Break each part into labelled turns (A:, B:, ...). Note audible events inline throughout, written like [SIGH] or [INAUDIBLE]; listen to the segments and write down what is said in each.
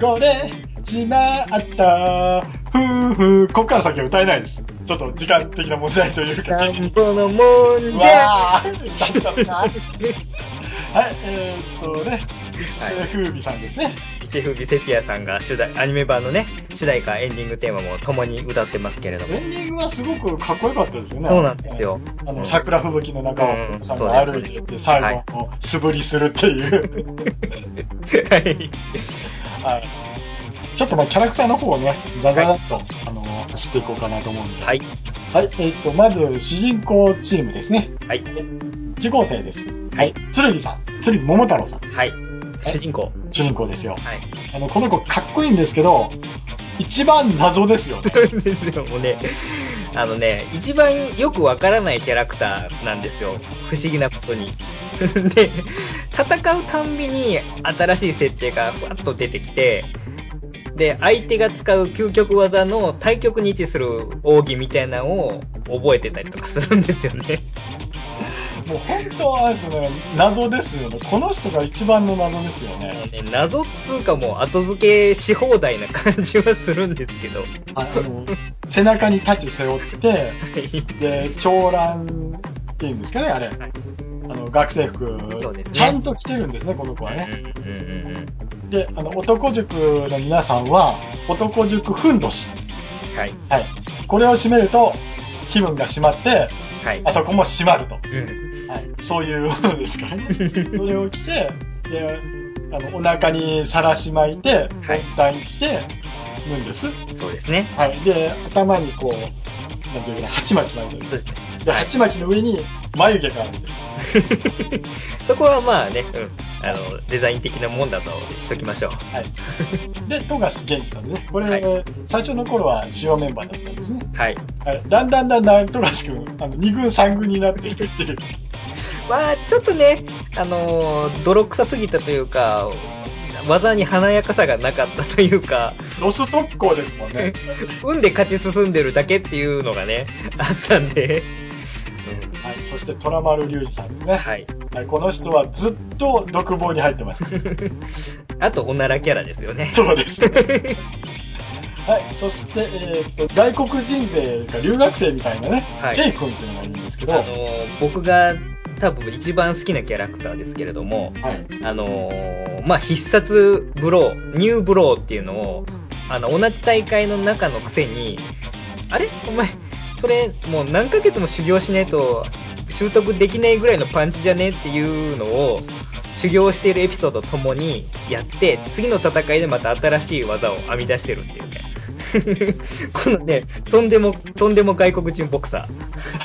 A: 汚れちまった。ふうふう。こっから先は歌えないです。ちょっと時間的な問題というか。
B: 田んぼのもん
A: う
B: じゃ。
A: わー歌っちゃ
B: [LAUGHS]
A: った。はい、えー、っとね、一世風靡さんですね。
B: 伊勢風セピアさんが主題、アニメ版のね、主題歌、エンディングテーマも共に歌ってますけれども
A: エ。ンディングはすごくかっこよかったですよね。
B: そうなんです。 [LAUGHS] よ。
A: あの、桜吹雪の中
B: う
A: を
B: ん
A: さんが歩いていって、最後、素振りするっていう。
B: はい。
A: はい。ちょっとまあキャラクターの方をね、ザザザッと、あの、走っていこうかなと思うんで。
B: はい。
A: はい、えっと、まず、主人公チームですね。
B: はい。
A: 受講生です。
B: はい。
A: つるぎさん、つるぎ桃太郎さん、
B: はい。主人公。
A: 主人公ですよ。
B: はい。
A: あの、この子かっこいいんですけど、一番謎です
B: [LAUGHS]
A: よね。
B: そうですよ、もうね。あのね、一番よくわからないキャラクターなんですよ。不思議なことに。 [LAUGHS] で、戦うたんびに新しい設定がふわっと出てきて、で、相手が使う究極技の対極に位置する奥義みたいなのを覚えてたりとかするんですよね。
A: もう本当はあれですね、謎ですよね。この人が一番の謎ですよ
B: も
A: ね。
B: うね、謎っつうかもう後付けし放題な感じはするんですけど。は
A: ああの、背中に太刀背負って、
B: い
A: で、長蘭っていうんですかね、あれ。
B: い
A: あの、学生服、
B: そうですね
A: ちゃんと着てるんですね、この子はね。
B: うんうんうんうん
A: で、あの、男塾の皆さんは、男塾ふんどし。
B: はい。
A: はい。これを締めると、気分が締まって、
B: はい
A: あ。そこも締まると。
B: うん。
A: はい。そういうものですからね。それを着て、で、あの、お腹にさらし巻いて、
B: はい
A: 一旦着て、縫うんです。
B: そうですね。
A: はい。で、頭にこう、なんていうかな、鉢巻き巻いてるんで
B: そう
A: す。
B: ですね。
A: で、鉢巻きの上に眉毛があるんです。
B: そこはまあね、うん、あの、デザイン的なもんだとしときましょう。
A: で、富樫元気さんでね。これ、
B: は
A: 最初の頃は主要メンバーだったんですね。
B: はい。
A: はい。だんだんだんだん富樫君、あの、二軍三軍になっていくって [LAUGHS] いう。
B: まあ、ちょっとね、あのー泥臭すぎたというか、技に華やかさがなかったというか、
A: ロス特攻ですもんね。
B: 運で勝ち進んでるだけっていうのがね、あったんで。うん
A: はい。そして、虎丸隆二さんですね。
B: はい。
A: はい。この人はずっと独房に入ってます。
B: あと、おならキャラですよね。
A: そうです。 [LAUGHS] はい。そして、えーっと、外国人勢か留学生みたいなね、
B: はい
A: ジェイ君っていうのがいるんですけ
B: あ
A: ど、
B: の
A: はい。
B: ー僕が多分一番好きなキャラクターですけれども、あのーまあ、必殺ブロー、ニューブローっていうのを、あの、同じ大会の中のくせに、あれお前、それ、もう何ヶ月も修行しねえと、習得できないぐらいのパンチじゃねえっていうのを、修行しているエピソードともにやって、次の戦いでまた新しい技を編み出してるっていうね。 [LAUGHS] このね、とんでも、とんでも外国人ボクサ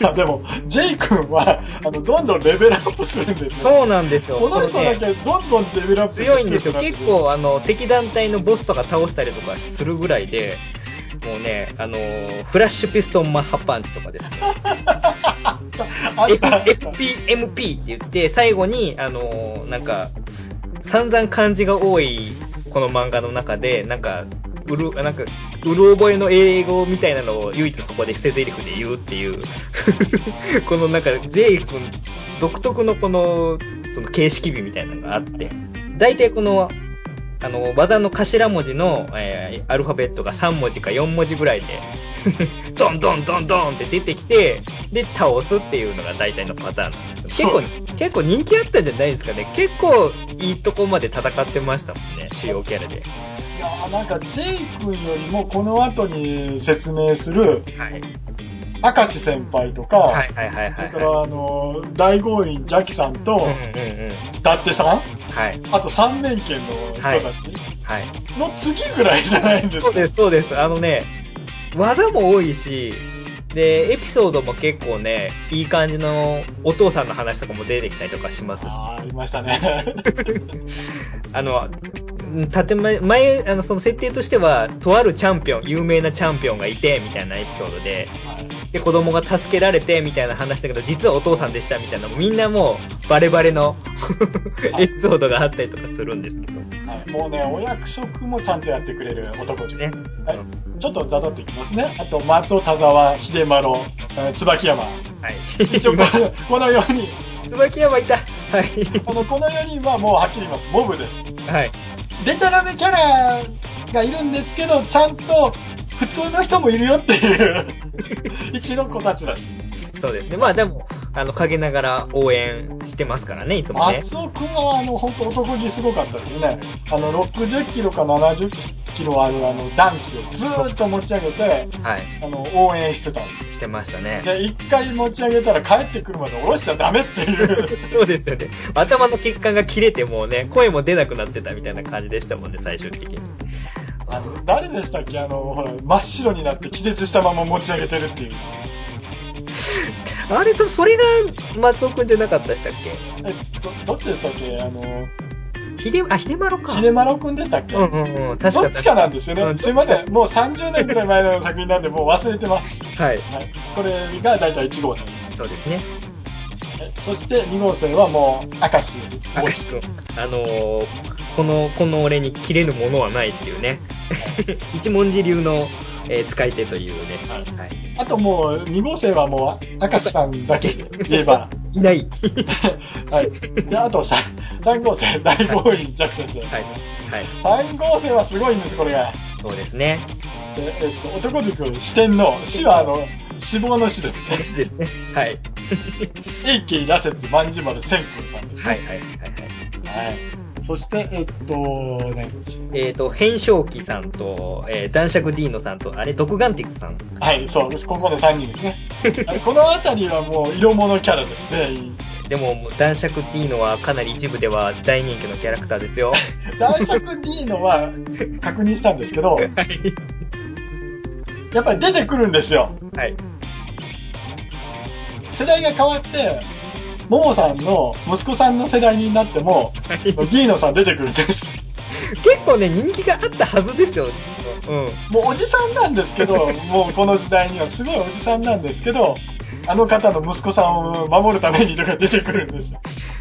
B: ー。
A: あでも、ジェイ君は、あの、どんどんレベルアップするんですよ。
B: そうなんですよ。
A: この人
B: この
A: だ
B: ね
A: けどんどんレベルアップ
B: 強いんですよ。結
A: 構。
B: 構、あの、敵団体のボスとか倒したりとかするぐらいで、もうね、あのーフラッシュピストンマッハパンチとかですね。
A: あった
B: S- SPMP って言って、最後に、あのーなんか、散々漢字が多い、この漫画の中で、なんか、うる、なんか、うる覚えの英語みたいなのを唯一そこで捨て台詞で言うっていう、 [LAUGHS] このなんか、J 君独特のこの、その形式美みたいなのがあって、大体この、あの、技の頭文字の、えーアルファベットが3文字か4文字ぐらいで、ドンドンドンドンって出てきて、で、倒すっていうのが大体のパターンなんですけど
A: そう
B: 結構、結構人気あったんじゃないですかね。結構、いいとこまで戦ってましたもんね、主要キャラで。
A: いやーなんか、ジェイ君よりも、この後に説明する、
B: はい。
A: 明石先輩とか、
B: はいはいはいはい。
A: それから、あの、大豪院ジャキさんと
B: うん、うんうん。
A: 伊達さん、
B: はい。
A: あと三面剣の人たち
B: はい。
A: の次ぐらいじゃないんです
B: そう
A: か。
B: です、そうです。あのね、技も多いし、で、エピソードも結構ね、いい感じのお父さんの話とかも出てきたりとかしますし、
A: あーありましたね。
B: あの、建前、前、あの、その設定としては、とあるチャンピオン、有名なチャンピオンがいて、みたいなエピソードで、で、子供が助けられて、みたいな話だけど、実はお父さんでした、みたいな、みんなもう、バレバレのエピソードがあったりとかするんですけど、
A: はいもうね、お役職もちゃんとやってくれる男女。
B: ね。
A: はい、ちょっとざどっていきますね。あと、松尾田沢、秀丸、えー椿山。
B: はい。 [LAUGHS]
A: 一応この、このように、
B: 椿山いた。はい。
A: あの、この4人はもうはっきり言います。モブです。
B: はい。
A: デタラメキャラがいるんですけど、ちゃんと普通の人もいるよって
B: [LAUGHS]
A: いう、一の子たちです。
B: そうですね。まあでも、あの、陰ながら応援してますからね、いつもね。
A: 松尾くんは、あの、本当男気すごかったですね。あの、60キロか70キロある、あの、暖気をずーっと持ち上げて、
B: はい。
A: あの、応援してたんです。
B: してましたね。
A: で、一回持ち上げたら帰ってくるまで下ろしちゃダメって
B: [LAUGHS]
A: いう。
B: そうですよね。頭の血管が切れてもうね、声も出なくなってたみたいな感じでしたもんね、最終的に。
A: あの、誰でしたっけあの、ほら、真っ白になって気絶したまま持ち上げてるっていう。
B: あれ、そそれが松尾くんじゃなかったでしたっけ
A: え、ど、どっちでしたっけあの、
B: ひで、あ、ひでまろか。
A: 秀丸くんでしたっけ、
B: うんうんうん。確
A: ど
B: か
A: っちかなんですよね。
B: うん
A: すいません。もう30年くらい前の作品なんで、もう忘れてます。
B: はい。
A: はい。これが大体1号線です。
B: そうですね。
A: はいそして2号線はもう、明石です。
B: 明石くん。あのー、この、この俺に切れぬものはないっていうね。 [LAUGHS] 一文字流の、えー使い手というね。
A: はい
B: はい。
A: あともう、2号線はもう、明石さんだ
B: [LAUGHS]
A: けで言えば。
B: いない。
A: はい。で、あとさ3号線、大豪院ジャック先生。
B: はい。はい。
A: 3号線はすごいんです、これが。
B: そうですね。
A: でえっと、男塾、四天王。死はあの、死亡の死ですね。
B: 私ですね。はい。
A: 永慶羅刹万事丸千君さんです。
B: はいはいはいはい。
A: はい。そして、えっと、ね、
B: えっ、と、変象記さんと、えー男爵ディーノさんと、あれ、毒眼的さん。
A: はい、そうです。ここの3人ですね。 [LAUGHS] はいこの辺りはもう色物キャラです、全員。
B: でも、もう男爵ディーノはかなり一部では大人気のキャラクターですよ。
A: 男爵 D のは確認したんですけど、
B: はい。
A: やっぱり出てくるんですよ。
B: はい。
A: 世代が変わって、ももさんの息子さんの世代になっても、ディーノさん出てくるんです。
B: 結構ね、人気があったはずですよ。うん。
A: もうおじさんなんですけ [LAUGHS] ど、もうこの時代にはすごいおじさんなんですけど、あの方の息子さんを守るためにとか出てくるんです。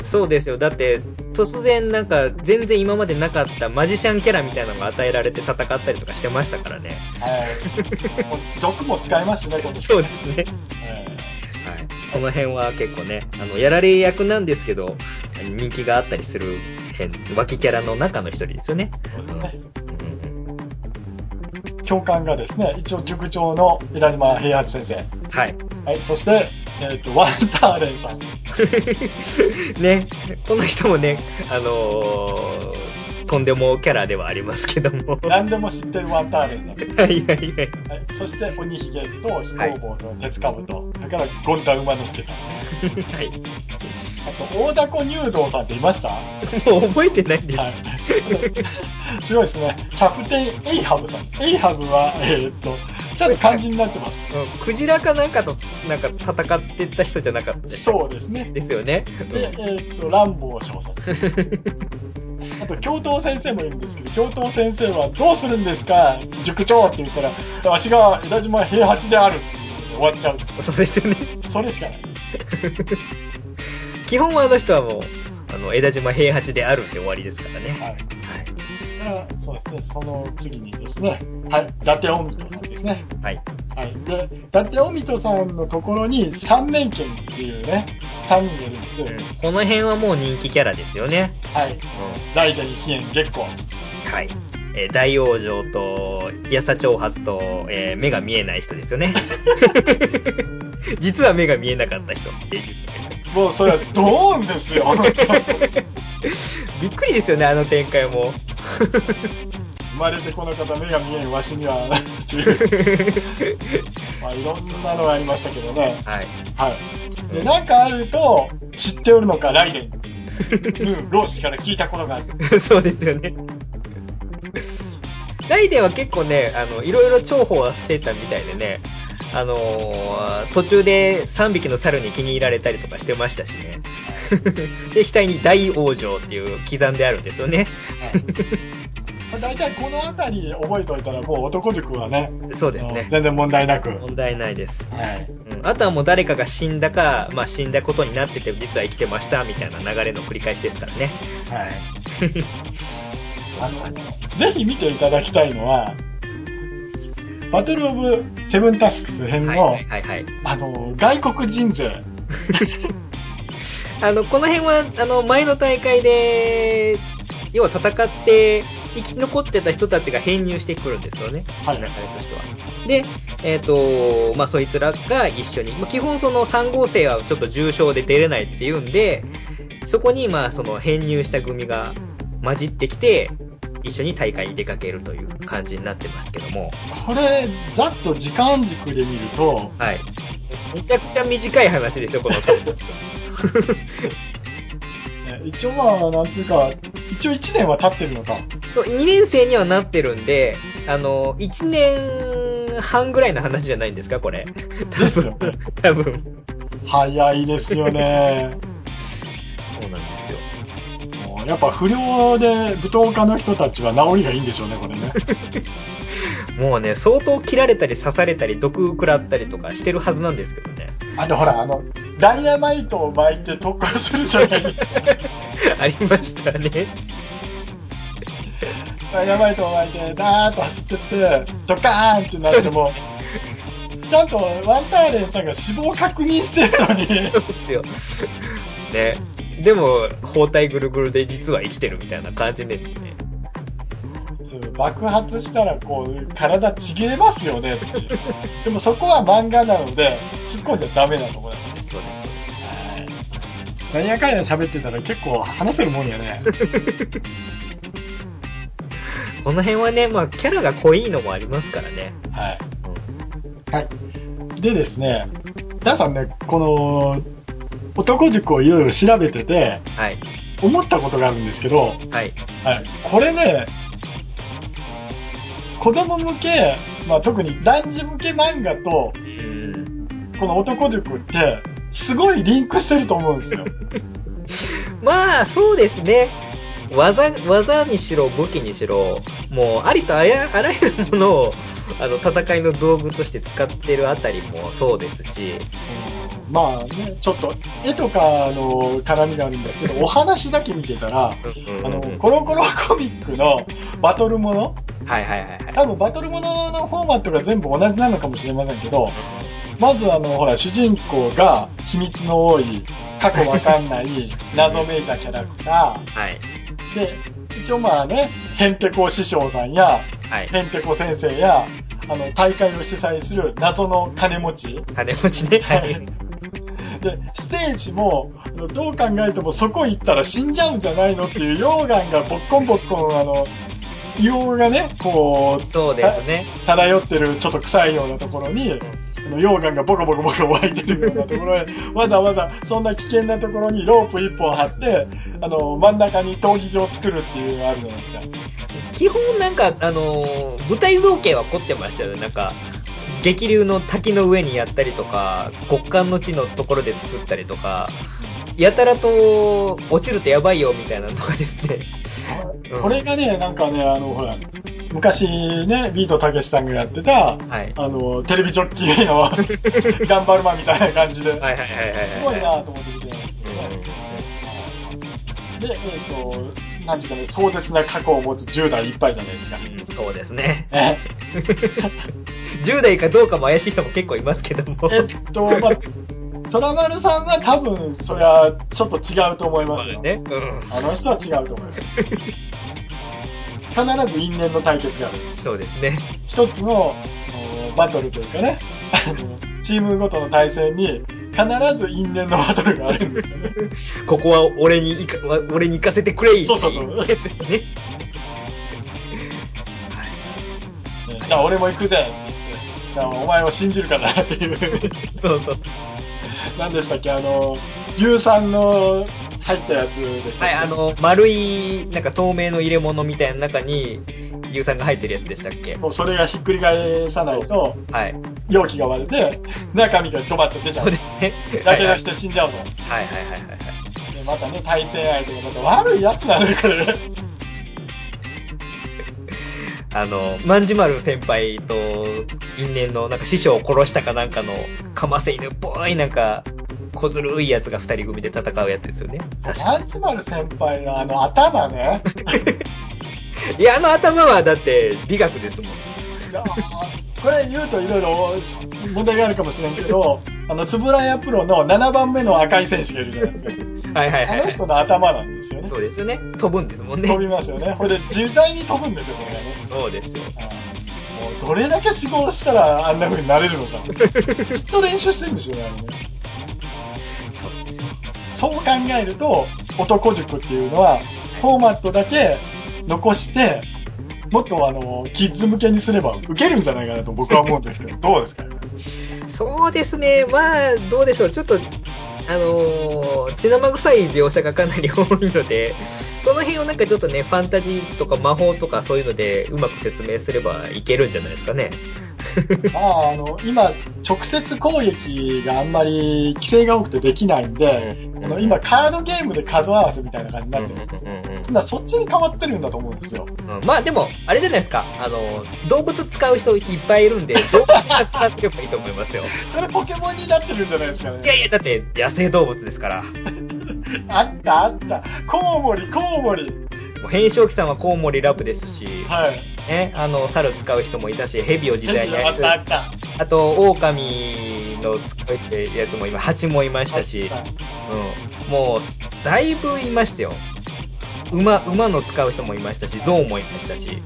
B: そうですよ。だって、突然なんか、全然今までなかったマジシャンキャラみたいなのが与えられて戦ったりとかしてましたからね。
A: はい。もう毒も使えますしね、この人。
B: そうですね。
A: え
B: はい。この辺は結構ね、あの、やられ役なんですけど、人気があったりする変、脇キャラの中の一人ですよね。
A: ーそうですね。
B: うんうん
A: 教官がですね、一応塾長の稲島平八先生。
B: はい。 [LAUGHS]
A: はい、そして、えっ、と、ワンターレンさん。
B: ね、この人もね、あのー、とんでもキャラではありますけども。 [LAUGHS] は
A: 何でも知ってるワンターレンさん。
B: いはいはい。
A: はい、そして、鬼ひげと、飛行坊の鉄かぶと、それから、ゴンタ馬之助さん。
B: はい。
A: あと、大凧入道さんっていましたは
B: もう覚えてないです。
A: い。 [LAUGHS] すごいですね。キャプテンエイハブさん。エイハブは、えっ、と、ちゃんと漢字になってます。
B: うんクジラかなんかと、なんか戦ってた人じゃなかったです
A: そうですね。
B: ですよね。
A: で、えっ、と、ランボー少佐。 [LAUGHS] あと、教頭先生もいるんですけど、教頭先生は、どうするんですか塾長って言ったら、わしが枝島平八であるっていうので終わっちゃう。
B: うんそうですよね。
A: それしかない。
B: 基本はあの人はもう、あの、枝島平八であるって終わりですからね。
A: はい。
B: はい。
A: だから、そうですね、その次にですね、はい、伊達大人さんですね。
B: はい。
A: はい。で、伊達大人さんのところに、三面剣っていうね、三人がいるんですよ。
B: うんこの辺はもう人気キャラですよね。
A: はい。
B: うん。
A: ライダーに飛燕月光。
B: はい。えー大王女と、八さ長髪と、えー目が見えない人ですよね。 [LAUGHS] 実は目が見えなかった人っていうことですね。
A: もう、それはドーンですよ。
B: びっくりですよね、あの展開も。
A: 生まれてこの方目が見えんわしにはって
B: [LAUGHS]
A: いう、まあ、いろんなのがありましたけどね
B: はい。
A: はいでなんかあると知っておるのかライデンうん老子から聞いたことがある
B: [LAUGHS] そうですよね。ライデンは結構ね、あの、いろいろ重宝はしてたみたいでね、あのー途中で3匹の猿に気に入られたりとかしてましたしね。 [LAUGHS] で、額に大王女っていう刻んであるんですよね。
A: まあ大体この辺り覚えておいたらもう男塾はね
B: そうですね
A: もう。全然問題なく、
B: 問題ないです。
A: はい、
B: うん、あとはもう誰かが死んだか、まあ死んだことになってて、実は生きてました、みたいな流れの繰り返しですからね。
A: はい、
B: そ
A: あ
B: んな
A: の
B: 感じです。
A: [LAUGHS] ぜひ見ていただきたいのはバトル・オブ・セブン・タスクス編
B: はい
A: の、
B: はいはいはい。
A: あの外国人勢
B: あの、この辺は、あの、前の大会で、要は戦って、生き残ってた人たちが編入してくるんですよね。
A: は
B: 流
A: い
B: れとしては。で、えっ、と、まあ、そいつらが一緒に、まあ、基本その3号生はちょっと重症で出れないっていうんで、そこに、まあ、その編入した組が混じってきて、一緒に大会に出かけるという感じになってますけども。
A: これ、ざっと時間軸で見ると、
B: はい。めちゃくちゃ短い話ですよ、このトーク
A: え一応まあ、なんつうか、一応1年は経ってるのか。
B: [LAUGHS] そう、2年生にはなってるんで、あの、1年半ぐらいの話じゃないんですか、これ。
A: ですよ
B: [LAUGHS]
A: ね。
B: 多分。
A: 早いですよね。
B: そうなんですよ。
A: もうやっぱ不良で舞踏家の人たちは治りがいいんでしょうね、これね。
B: もうね、相当切られたり刺されたり毒食らったりとかしてるはずなんですけどね。 [LAUGHS]
A: あとほら、あの、ダイナマイトを巻いて特攻するじゃないですか。
B: ありましたね。
A: ダイナマイトを巻いて、ダーッと走ってって、ドカーンってなっても、ちゃんとワンターレンさんが死亡確認してるのに、
B: そうですよ。ね。でも、包帯ぐるぐるで実は生きてるみたいな感じでね。
A: 普通爆発したらこう、体ちぎれますよねっていう。でもそこは漫画なので、突っ込んじゃダメなところだから。
B: そうです、そうです。
A: なんやかんや喋ってたら結構話せるもんやね。
B: この辺はね、まあ、キャラが濃いのもありますからね。
A: はい。はい。でですね、皆さんね、この、男塾をいろいろ調べてて、
B: はい。
A: 思ったことがあるんですけど、
B: はい。
A: はい、これね、子供向け、まあ、特に男児向け漫画と、
B: うん。
A: この男塾って、すごいリンクしてると思うんです [LAUGHS] よ。
B: まあ、そうですね。技、技にしろ、武器にしろ、もう、ありとあやあらゆるものを、あの、戦いの道具として使ってるあたりもそうですし、
A: うんまあね、ちょっと絵とかの絡みがあるんですけど、お話だけ見てたら、あの、コロコロコミックのバトルもの
B: はいはいはいはい。
A: 多分バトルもののフォーマットが全部同じなのかもしれませんけど、まずあの、ほら、主人公が秘密の多い、過去わかんない、謎めいたキャラクタ
B: はい。
A: ー。で、一応まあね、ヘンテコ師匠さんや、
B: はい。
A: ヘンテコ先生や、あの、大会を主催する謎の金持ち。
B: 金持ちね。はい。
A: で、ステージも、あのどう考えてもそこ行ったら死んじゃうんじゃないのっていう溶岩がボッコンボッコン、あの、硫黄がね、こう、
B: そうですね。
A: 漂ってるちょっと臭いようなところに、あの溶岩がボコボコボコ湧いてるようなところへ、 [LAUGHS] わざわざそんな危険なところにロープ一本張って、あの、真ん中に闘技場を作るっていうのがあるじゃないですか。
B: 基本なんか、あのー舞台造形は凝ってましたよね。なんか、激流の滝の上にやったりとか、極寒の地のところで作ったりとか、やたらと落ちるとやばいよみたいなのがですね。うん
A: これがね、なんかね、あの、ほら、昔ね、ビートたけしさんがやってた、
B: はい。
A: あの、テレビジョッキーの
B: [LAUGHS]
A: 頑張るマンみたいな感じで、
B: はいはいはいはい。
A: すごいなと思って見てるんですけ
B: う
A: ど
B: ん
A: ね。で、えっ、と、なんていうかね、壮絶な過去を持つ10代いっぱいじゃないですか。
B: うんうん。うんそうですね。
A: ね
B: 10代かどうかも怪しい人も結構いますけども。
A: えっと、まあ、トラマルさんは多分、そりゃ、ちょっと違うと思いますよ。
B: [LAUGHS] ね。う
A: あの人は違うと思います。必ず因縁の対決がある。
B: ん。そうですね。
A: 一つのあのバトルというかね、 [LAUGHS] あのチームごとの対戦に、必ず因縁のバトルがあるんですよね。
B: ここは俺に行か、わ俺に行かせてくれい
A: そうそうそう
B: っていやつですね。はい
A: ねじゃあ俺も行くぜって言って、じゃあお前を信じるかなっていう。
B: [LAUGHS]
A: [LAUGHS]
B: そうそう。
A: 何でしたっけあの、U さんの入ったやつでしたっ
B: はい、
A: け
B: あの、丸い、なんか透明の入れ物みたいな中に、硫酸が入ってるやつでしたっけ
A: そう、それがひっくり返さないと、
B: はい。
A: 容器が割れて、中身がドバッと出ちゃ
B: そう [LAUGHS] うで。すね。
A: だけ出して死んじゃうぞ。
B: はいはいはいはいはいはい。
A: でまたね、対戦相手がまた悪いやつなんだよ、これ。
B: あの、万事丸先輩と、因縁の、なんか師匠を殺したかなんかの、かませ犬っぽい、なんか、小ずるいやつが二人組で戦うやつですよね。確か
A: アンチマル先輩のあの頭ね。
B: いや、あの頭はだって、美学ですもん。
A: いやーこれ言うといろいろ問題があるかもしれんけど、あの、つぶらやプロの7番目の赤い選手がいるじゃないですか。
B: はいはい
A: あ
B: は
A: の
B: い。
A: 人の頭なんですよね。
B: そうですよね。飛ぶんですもん
A: 飛
B: ね。
A: びますよね。これで自在に飛ぶんですよ、これがね。
B: そうですよ。
A: もうどれだけ死亡したらあんな風になれるの
B: [LAUGHS]
A: か。ずっと練習してるんですよね、あれね。
B: そうですよ。
A: そう考えると、男塾っていうのは、フォーマットだけ残して、もっとあの、キッズ向けにすれば受けるんじゃないかなと僕は思うんですけど、どうですか
B: そうですね。まあ、どうでしょう。ちょっと、あのー血生臭い描写がかなり多いので、その辺をなんかちょっとね、ファンタジーとか魔法とかそういうので、うまく説明すればいけるんじゃないですかね。
A: まあ、あの、今、直接攻撃があんまり規制が多くてできないんで、あの今、カードゲームで数合わせみたいな感じに
B: う
A: なっ
B: んうん
A: てる。
B: うん
A: 今、そっちに変わってるんだと思うんですよ。
B: うんうんまあでも、あれじゃないですか。あの、動物使う人いっぱいいるんで、動物からすればいいと思いま
A: [LAUGHS]
B: すよ。
A: [LAUGHS] それポケモンになってるんじゃないですか
B: いや
A: ね。
B: いや、だって野生動物ですから。
A: [LAUGHS] あったあった。コウモリ、コウモリ。
B: もう変色期さんはコウモリラブですし、
A: はい。
B: ね、あの、猿使う人もいたし、蛇を自在
A: [LAUGHS]
B: に
A: あったあった。
B: あと、狼の使うってやつも今、蜂もいましたし、うん。もう、だいぶいましたよ。馬、馬の使う人もいましたし、象もいましたし、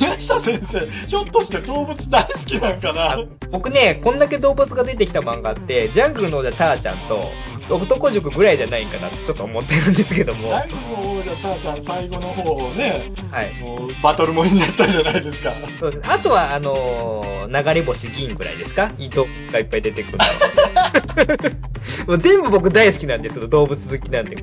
A: 宮下先生、ひょっとして動物大好きなんかな
B: あ僕ね、こんだけ動物が出てきた漫画って、ジャングルの王者ターちゃんと、男塾ぐらいじゃないんかなってちょっと思ってるんですけども、は
A: 大工の王者ターちゃん最後の方をね、
B: い。
A: もうバトルもになったじゃないですか。
B: そうですね。あとは、あのー流れ星銀ぐらいですか糸がいっぱい出てくるの。もう全部僕大好きなんですけど、動物好きなんで。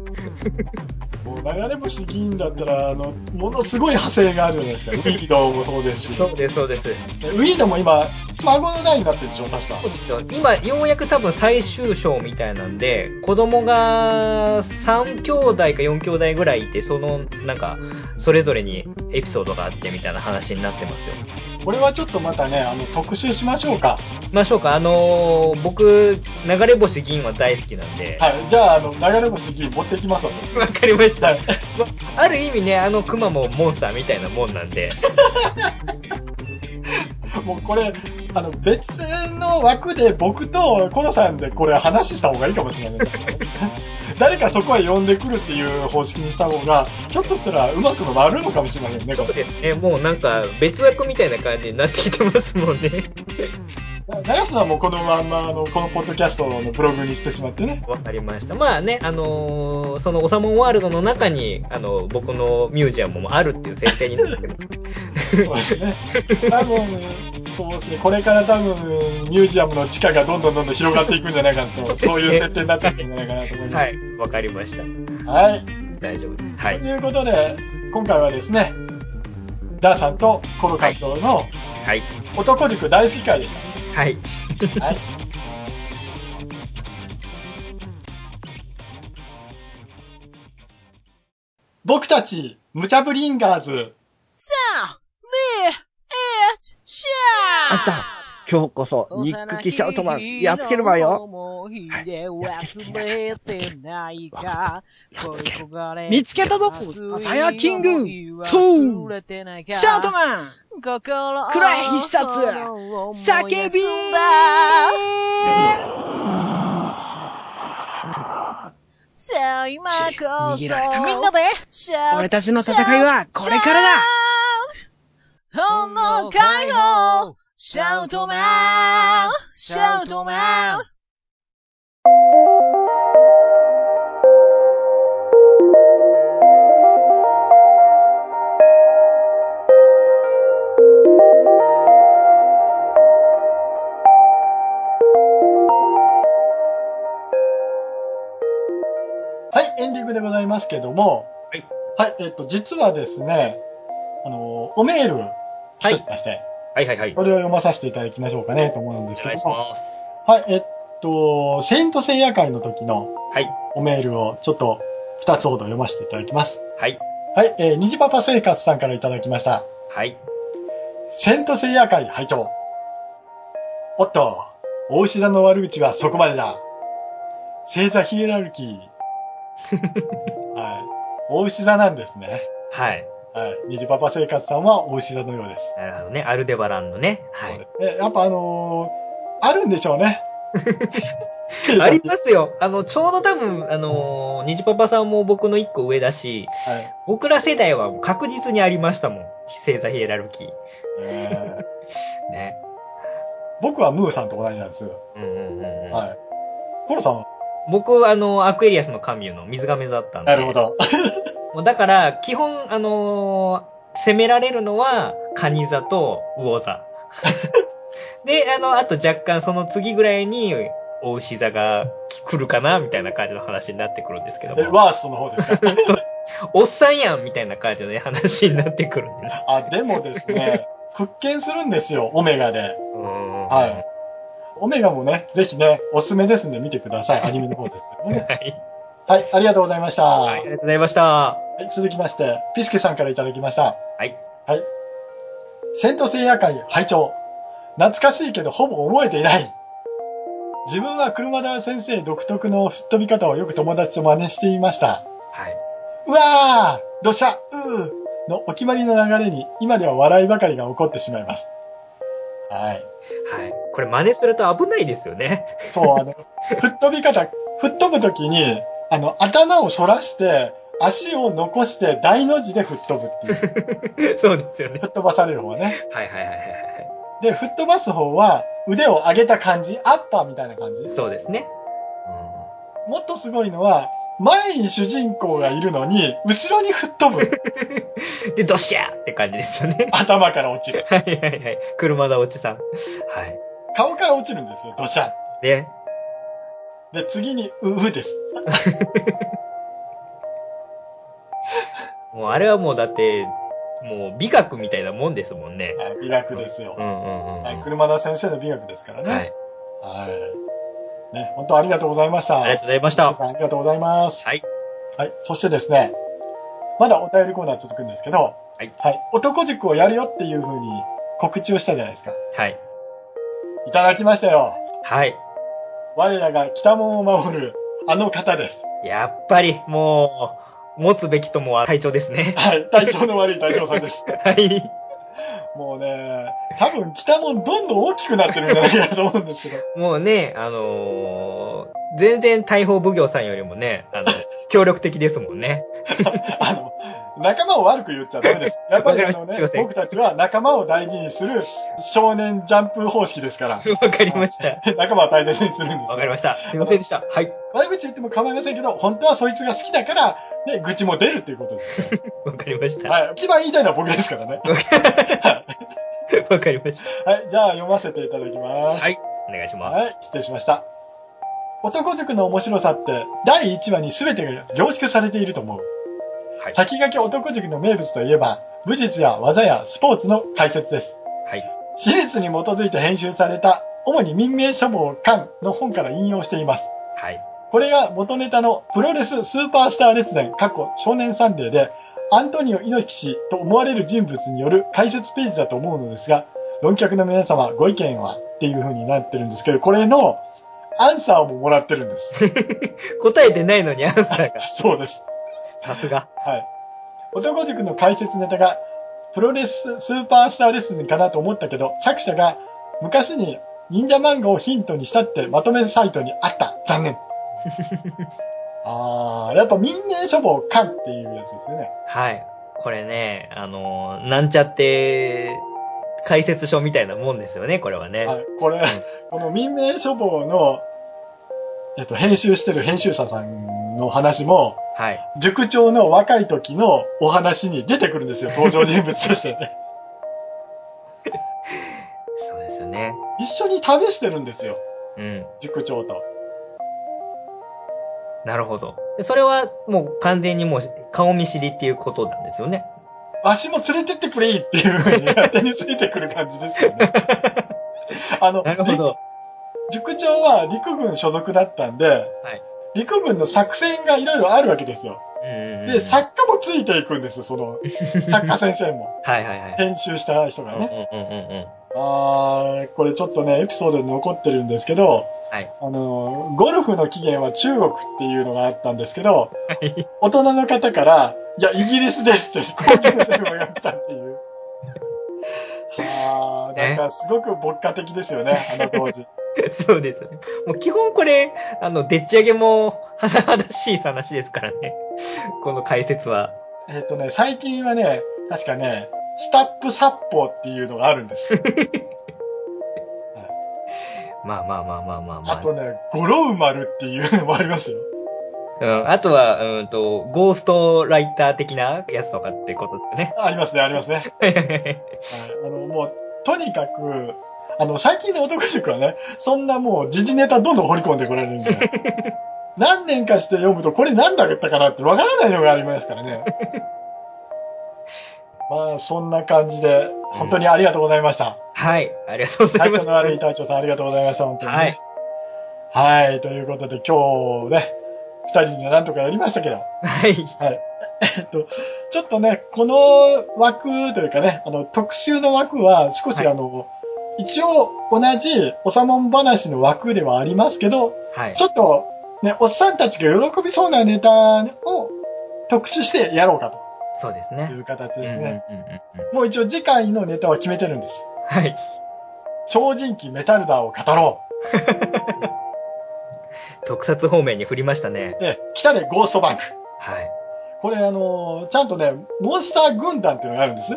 A: もう流れ星銀だったら、あの、ものすごい派生があるじゃないですか。ウィードもそうですし。
B: そうです、そうです。
A: ウィードも今、孫の代になってるでしょ、確か
B: そう。ですよ。今、ようやく多分最終章みたいなんで、子供が3兄弟か4兄弟ぐらいいて、その、なんか、それぞれにエピソードがあってみたいな話になってますよ。
A: これはちょっとまたね、あの、特集しましょうか。
B: 行きましょうか。あのー僕、流れ星銀は大好きなんで。
A: はい。じゃあ、あの、流れ星銀持ってきます、私。
B: わかりました。
A: はい
B: まある意味ね、あのクマもモンスターみたいなもんなんで。
A: もうこれ、あの、別の枠で僕とコロさんでこれ話した方がいいかもしれないですね。誰かそこへ呼んでくるっていう方式にした方が、ひょっとしたらうまく回るのかもしれませんね、こ
B: そう
A: れ。
B: ですね。もうなんか、別枠みたいな感じになってきてますもんね。
A: 長瀬さんもこのまんま、あの、このポッドキャストのブログにしてしまってね。
B: わかりました。まあね、あのーそのオサモンワールドの中に、あの、僕のミュージアムもあるっていう設定になってる。
A: そうですね。多分、そうですね。これから多分、ミュージアムの地下がどんどんどんどん広がっていくんじゃないか
B: そう
A: と、
B: ですね
A: そういう設定になっていくんじゃないかなと思います。
B: はい。わかりました。
A: はい
B: 大丈夫です。は
A: と
B: い。
A: いうことで、今回はですね、ダーさんとコロ監督の
B: はい。
A: 男塾大好き会でし
B: はい。
A: た。はい。僕たち、ムチャブリンガーズ。
C: さあ、ねえ、っ、しゃ
D: あんた今日こそ、ニック・キシャウトマン、やっつけるわよ。。
C: やっつけてきなさい
D: やっつける
E: 見つけたぞアサヤキングトゥ
C: ー
E: シャートマン
C: 心を
E: 暗い必殺
C: 叫
E: 叫び
C: んださあ今こそ
E: 逃げられた
C: みんなでシャー
E: 俺たちの戦いはこれからだ
C: シャーほんの解放シャウトマンシャウトマン
A: はい、エンディングでございますけども、
B: はい。
A: はい、えっと、実はですね、あの、おメール、来ておりまして、
B: はいはいはい。
A: それを読まさせていただきましょうかね、と思うんですけ
B: お願い
A: ど
B: し
A: も。
B: ます。
A: はい、えっと、セイント聖夜会の時の
B: はい。
A: おメールをちょっと2つほど読ませていただきます。
B: はい。
A: はい、えー、虹パパ生活さんからいただきました。
B: はい。
A: セントセイヤ会拝聴。おっと、大牛田の悪口はそこまでだ。星座ヒエラルキー。はい。大牛座なんですね。
B: はい。
A: はい。ニジパパ生活さんはお牛座のようです。
B: なるほどね。アルデバランのね。は
A: そう
B: い
A: で。すね。やっぱあのーあるんでしょうね。
B: ありますよ。あの、ちょうど多分、あのー、ニジパパさんも僕の一個上だし、
A: はい
B: 僕ら世代はもう確実にありましたもん。星座ヒエラルキー。
A: えー
B: ね。
A: 僕はムーさんと同じなんですよ。
B: うんうんうんうん。
A: はい。コロさんは
B: 僕、あの、アクエリアスの神湯の水亀座だったんで。
A: なるほど。
B: もうだから、基本、あのー攻められるのは、カニ座と魚座。 [LAUGHS] で、あの、あと若干その次ぐらいに、お牛座が来るかな、みたいな感じの話になってくるんですけど
A: で
B: も。
A: ワーストの方ですか。
B: おっさんやんみたいな感じのね、話になってくるんでね。
A: あ、でもですね、復権するんですよ、オメガで。は。
B: はい
A: オメガもね、ぜひね、おすすめですんで見てください。アニメの方ですけど
B: [LAUGHS]
A: ね。
B: はい。
A: はい、ありがとうございました。
B: あ
A: は
B: りが
A: い、
B: とうございました。
A: 続きまして、ピスケさんからいただきました。
B: はい。
A: はい。セント聖夜会拝聴懐かしいけどほぼ覚えていない。自分は車田先生独特の吹っ飛び方をよく友達と真似していました。
B: はい。
A: うわーどしゃうーのお決まりの流れに今では笑いばかりが起こってしまいます。はい。
B: はい。これ真似すると危ないですよね。 [LAUGHS]
A: そう、あの、吹っ飛び方、吹っ飛ぶときに、あの、頭を反らして、足を残して大の字で吹っ飛ぶって
B: [LAUGHS]
A: いう。吹
B: そうですよね。
A: っ飛ばされる方ね。
B: はいはいはいはいは
A: で、吹っ飛ばす方は、腕を上げた感じ、アッパーみたいな感じ
B: い。。そうですね。
A: もっとすごいのは、前に主人公がいるのに、後ろに吹っ飛ぶ。
B: うんで、ドシャーって感じですよね。
A: 頭から落ちる。
B: はいはいはい。車田おちさん。はい。
A: 顔から落ちるんですよ、ドシャッ。
B: で、
A: で、次に、ううです。
B: もうあれはもうだって、もう美学みたいなもんですもんね。
A: はい美学ですよ
B: う。んうんうんうん。
A: はい、車田先生の美学ですからね。
B: はい。
A: はい。ね、本当ありがとうございました。
B: ありがとうございました。
A: さんありがとうございます。
B: はい。。
A: はい。そしてですね、まだお便りコーナー続くんですけど、はい男塾をやるよっていう風に告知をしたじゃないですか。
B: はい。
A: いただきましたよ。
B: はい。
A: 我らが北門を守る、あの方です。。
B: やっぱり、もう、持つべきともは隊長ですね [LAUGHS]
A: はい。体調の悪い隊長さんです。 [LAUGHS]
B: はい。
A: もうね、多分北門どんどん大きくなってるんじゃないかなと思うんですけど。 [LAUGHS]
B: もうね、あのー全然大砲奉行さんよりもね、
A: [LAUGHS]
B: あの、協力的ですもんね。
A: あの、仲間を悪く言っちゃダメです。やっぱりあの
B: [LAUGHS] わかりました
A: ね
B: すいません
A: 僕たちは仲間を大事にする少年ジャンプ方式ですから、 [LAUGHS]
B: わかりました。
A: 仲間を大切にするんです
B: わ。かりました。すいませんでした。はい。
A: 悪口言っても構いませんけど、本当はそいつが好きだから、ね、愚痴も出るっていうこと
B: [LAUGHS]
A: ですね。
B: わかりました。わ
A: はい。一番言いたいのは僕です
B: [LAUGHS]
A: からね。
B: かりました。
A: はい。じゃあ読ませていただきます。
B: はい。お願いします。
A: はい、失礼しました。男塾の面白さって、第1話に全てが凝縮されていると思う。
B: はい
A: 先駆け男塾の名物といえば、武術や技やスポーツの解説です。
B: はい。
A: 史実に基づいて編集された、主に民命書房館の本から引用しています。
B: はい。
A: これが元ネタのプロレススーパースター列伝、過去少年サンデーで、アントニオ猪木氏と思われる人物による解説ページだと思うのですが、論客の皆様ご意見はっていう風になってるんですけど、これのアンサーももらってるんです。
B: 答えてないのにアンサーが。
A: そうです。
B: さすが。
A: はい。男塾の解説ネタが、プロレススーパースターレッスンかなと思ったけど、作者が昔に忍者漫画をヒントにしたってまとめサイトにあった。残念。あー、やっぱ民命書房館っていうやつですよね。
B: はい。これね、あのーなんちゃって、解説書みたいなもんですよね、これはね。
A: はい。これ、この民命書房の、えっと、編集してる編集者さんの話も、
B: はい。
A: 塾長の若い時のお話に出てくるんですよ、登場人物としてね。
B: そうですよね。
A: 一緒に旅してるんですよ、
B: うん。
A: 塾長と。
B: なるほど。でそれはもう完全にもう顔見知りっていうことなんですよね。
A: わしも連れてってくれっていうふうに勝手についてくる感じです
B: [LAUGHS]
A: よね。あの、
B: なるほ
A: り
B: ど。
A: 塾長は陸軍所属だったんで、陸軍の作戦がいろいろあるわけですよ。
B: うん
A: で、作家もついていくんですよ、そ
B: [LAUGHS]
A: の、作家先生も。
B: はいはいはい。
A: 編集した人が
B: う
A: ね。
B: んうんうんうん。
A: あー、これちょっとね、エピソードに残ってるんですけど、
B: はい
A: あの、ゴルフの起源は中国っていうのがあったんですけど、大人の方から、いや、イギリスですって、高級でもやったっていう。ああ、なんかすごく牧歌的ですよね、あの当時。
B: [LAUGHS]
A: [LAUGHS]
B: そうですよね。もう基本これ、あの、でっち上げも、はだはだしい話ですからね。この解説は。
A: えっとね、最近はね、確かね、スタップ殺法っていうのがあるんです。
B: まあまあまあまあまあま
A: あ
B: あ。
A: とね、ゴロウマルっていうのもありますよ。
B: うん、あとは、うんと、ゴーストライター的なやつとかってことで
A: ありますね、ありますね。
B: すね。 [LAUGHS]
A: はいあの、もう、とにかく、あの、最近の男塾はね、そんなもう、時事ネタどんどん掘り込んでこられるん [LAUGHS] で、何年かして読むと、これ何だったかなってわからないのがありますから [LAUGHS] ね。まあ、そんな感じで、本当にありがとうございました。
B: はい、ありがとうござ
A: 体
B: いま
A: 調
B: し
A: の
B: た。
A: 悪い隊長さん、ありがとうございました、本当に、ね。
B: はい。
A: はい、ということで、今日ね、二人でなんとかやりましたけど、
B: はい。
A: はい。えっと、ちょっとね、この枠というかね、あの、特集の枠は少し
B: はい
A: あの、一応同じおさもん話の枠ではありますけど、
B: はい
A: ち。ょっとね、おっさんたちが喜びそうなネタを特集してやろうか
B: そうです
A: とい
B: ね。
A: う形です
B: うんうんうんうん
A: ね。もう一応次回のネタは決めてるんです。
B: はい。
A: 超人気メタルダーを語ろ
B: 特撮方面に振りましたね
A: う。。で、北でゴーストバンク。
B: はい。
A: これあのーちゃんとね、モンスター軍団っていうのがあるん
B: [LAUGHS]
A: です。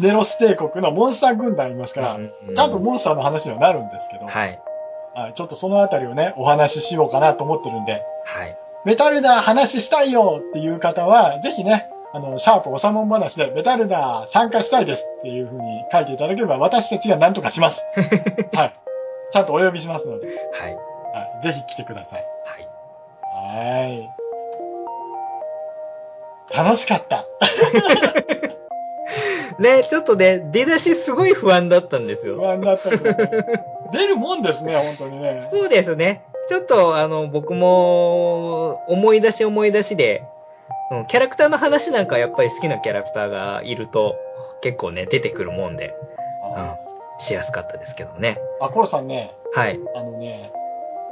A: ネロス帝国のモンスター軍団いますから、
B: う
A: ちゃんとモンスターの話にはなるんですけど、
B: はい。
A: はいちょっとそのあたりをね、お話ししようかなと思ってるんで、
B: はい。
A: メタルダー話したいよっていう方は、ぜひね、あの、シャープおさもん話でメタルダー参加したいですっていうふうに書いていただければ、私たちが何とかし
B: [LAUGHS]
A: ます。はい。ちゃんとお呼びしますので、
B: はい。
A: はい、ぜひ来てください。
B: はい。
A: はい。楽しかった。
B: ね、ちょっとね、出だしすごい不安だったんです
A: 不
B: よ。
A: 安だった
B: [LAUGHS]
A: けど、ね、出るもんですね、本当にね。
B: そうですね。ちょっと、あの、僕も、思い出し思い出しで、うん、キャラクターの話なんかやっぱり好きなキャラクターがいると、結構ね、出てくるもんで、うん
A: あ、
B: しやすかったですけどね。
A: あコロさんね、
B: はい。
A: あのね、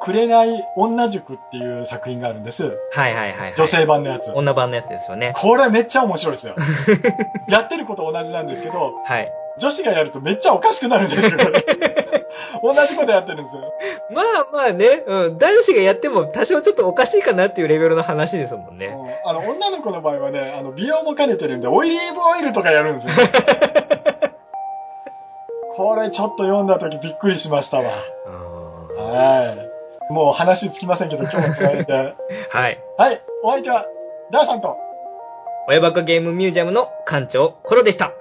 A: 紅女塾っていう作品があるんです。
B: はいはいはい、はい。
A: 女。性版のやつ。
B: 女版のやつですよね。
A: これめっちゃ面白い
B: [LAUGHS]
A: ですよ。やってること同じなんですけど、
B: はい。
A: 女子がやるとめっちゃおかしくなるんですよ、これ同
B: [LAUGHS]
A: じことやってるんですよ。
B: まあまあね、うん、男子がやっても多少ちょっとおかしいかなっていうレベルの話ですもんね。
A: うんあの、女の子の場合はね、あの、美容も兼ねてるんで、オイリーブオイルとかやるんですよ。
B: [LAUGHS]
A: これちょっと読んだ時びっくりしましたわ。
B: うん
A: はい。もう話つきませんけど、今日も疲れ
B: [LAUGHS]
A: て。
B: はい。
A: はい、お相手は、ダーさんと、
B: 親バカゲームミュージアムの館長、コロでした。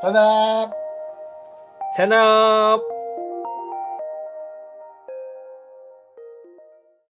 A: さよなら
B: さよなら